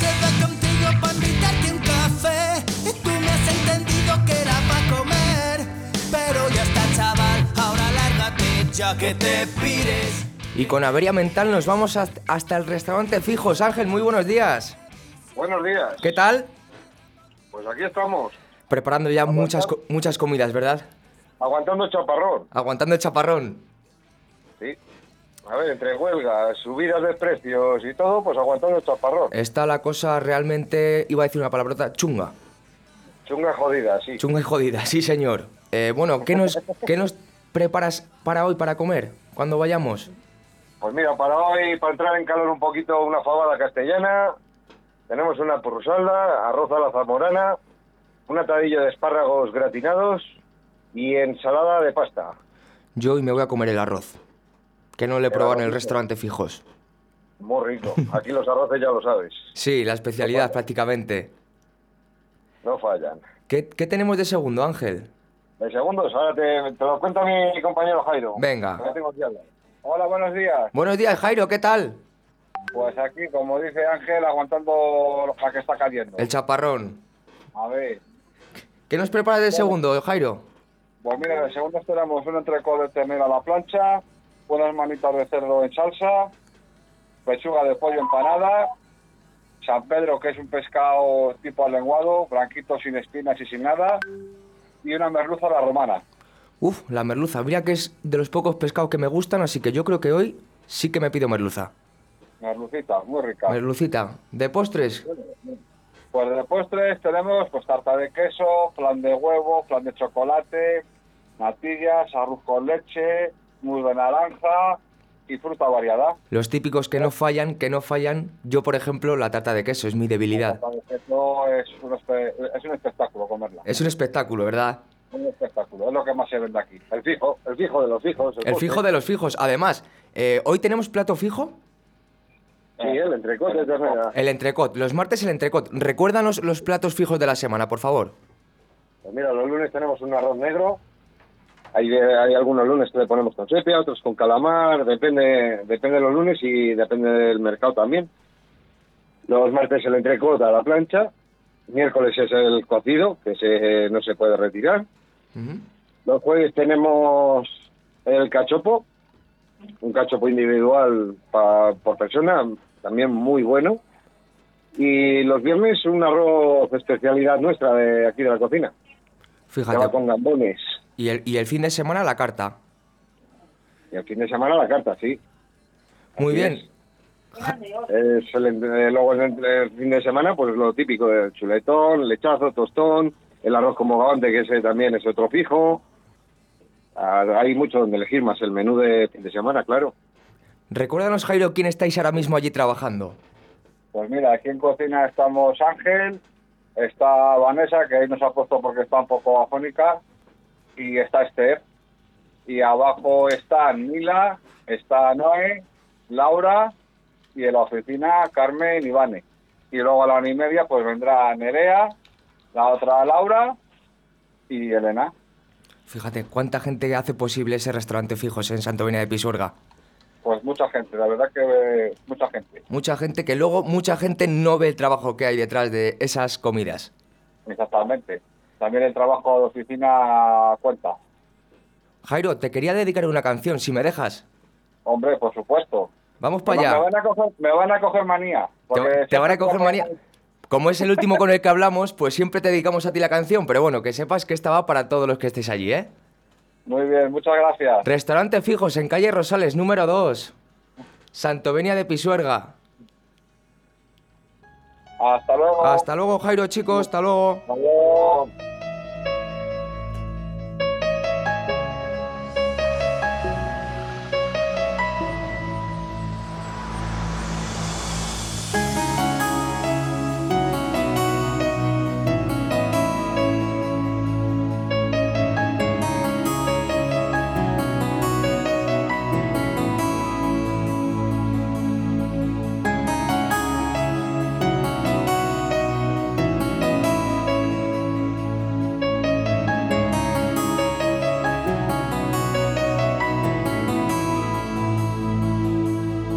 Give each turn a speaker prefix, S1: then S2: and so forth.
S1: Queda contigo para invitarte un café Y tú me has entendido que era para comer Pero ya está chaval, ahora lárgate ya que te pires
S2: Y con avería mental nos vamos hasta- hasta el restaurante Fijos. Ángel, muy buenos días.
S3: Buenos días.
S2: ¿Qué tal?
S3: Pues aquí estamos,
S2: Preparando ya muchas, co- muchas comidas, ¿verdad?
S3: aguantando el chaparrón.
S2: Aguantando el chaparrón.
S3: Sí. A ver, entre huelgas, subidas de precios y todo, pues aguantando el chaparrón.
S2: Está la cosa realmente, iba a decir una palabrota, chunga.
S3: Chunga jodida, sí.
S2: Chunga y jodida, sí señor. Eh, bueno, ¿qué nos, ¿qué nos preparas para hoy, para comer, cuando vayamos?
S3: Pues mira, para hoy, para entrar en calor un poquito, una fabada castellana. Tenemos una purrusalda, arroz a la zamorana, una tadilla de espárragos gratinados y ensalada de pasta.
S2: Yo hoy me voy a comer el arroz, que no le he
S3: Pero
S2: probado en
S3: lo
S2: el
S3: mismo.
S2: restaurante Fijos.
S3: Muy rico. Aquí los arroces ya lo sabes,
S2: Sí, la especialidad prácticamente.
S3: no fallan.
S2: ¿Qué, qué tenemos de segundo, Ángel?
S3: De segundos, ahora te, te lo cuenta mi compañero Jairo.
S2: Venga.
S3: Que tengo aquí al lado. Hola, buenos días.
S2: Buenos días, Jairo, ¿qué tal?
S3: Pues aquí, como dice Ángel, aguantando a que está cayendo.
S2: El chaparrón.
S3: A ver,
S2: ¿Qué nos preparas de segundo, Jairo?
S3: pues mira, de segundo tenemos un entrecot de ternera a la plancha, unas manitas de cerdo en salsa, pechuga de pollo empanada, San Pedro, que es un pescado tipo al lenguado, blanquito sin espinas y sin nada, y una merluza a la romana.
S2: Uf, la merluza. Mira que es de los pocos pescados que me gustan, así que yo creo que hoy sí que me pido merluza.
S3: Merlucita, muy rica.
S2: Merlucita. ¿De postres?
S3: Pues de postres tenemos pues tarta de queso, flan de huevo, flan de chocolate, natillas, arroz con leche, mousse de naranja y fruta variada.
S2: Los típicos que no fallan, que no fallan. Yo, por ejemplo, la tarta de queso es mi debilidad.
S3: Tarta de queso es un, espe- es un espectáculo comerla.
S2: Es un espectáculo, ¿verdad?
S3: Un espectáculo, es lo que más se vende aquí. El fijo, el fijo de los fijos.
S2: El
S3: postre.
S2: fijo de los fijos. Además, eh, hoy tenemos plato fijo,
S3: Sí, el entrecot de ternera.
S2: el entrecot. Los martes el entrecot. Recuérdanos los platos fijos de la semana, por favor.
S3: Pues mira, los lunes tenemos un arroz negro. Hay, hay algunos lunes que le ponemos con sepia, otros con calamar, depende, depende de los lunes y depende del mercado también. Los martes el entrecot a la plancha, miércoles es el cocido, que se, no se puede retirar.
S2: Ujú.
S3: Los jueves tenemos el cachopo, un cachopo individual pa- por persona, también muy bueno. Y los viernes un arroz especialidad nuestra de aquí de la cocina. Se va
S2: Fíjate.
S3: con gambones.
S2: Y el, y el fin de semana la carta.
S3: Y el fin de semana la carta, sí.
S2: Muy
S3: Así
S2: bien.
S3: es. Es el en- eh, luego el, en- el fin de semana, pues lo típico del chuletón, lechazo, tostón, el arroz como gabante, que ese también es otro fijo. Ah, hay mucho donde elegir, más el menú de fin de semana, claro.
S2: Recuérdanos, Jairo, quién estáis ahora mismo allí trabajando.
S3: Pues mira, aquí en cocina estamos Ángel, está Vanessa, que ahí nos ha puesto porque está un poco afónica, y está Esther. Y abajo están Mila, está Noé, Laura, y en la oficina Carmen y Vane. Y luego a la una y media pues vendrá Nerea, la otra Laura y Elena.
S2: Fíjate cuánta gente hace posible ese restaurante fijos en Santo Venia de Pisuerga.
S3: Pues mucha gente, la verdad que eh, mucha gente.
S2: Mucha gente que luego mucha gente no ve el trabajo que hay detrás de esas comidas.
S3: Exactamente. También el trabajo de oficina cuenta.
S2: Jairo, te quería dedicar una canción, si me dejas.
S3: Hombre, por supuesto.
S2: Vamos
S3: Me
S2: para allá.
S3: van a coger, me van a coger manía. porque
S2: Te, te van a
S3: siempre
S2: coger manía. Como es el último con el que hablamos, pues siempre te dedicamos a ti la canción, pero bueno, que sepas que esta va para todos los que estéis allí, ¿eh?
S3: Muy bien, muchas gracias.
S2: Restaurante Fijos en calle Rosales, número 2. Santovenia de Pisuerga.
S3: Hasta luego.
S2: Hasta luego, Jairo, chicos. Hasta luego.
S3: Hasta luego.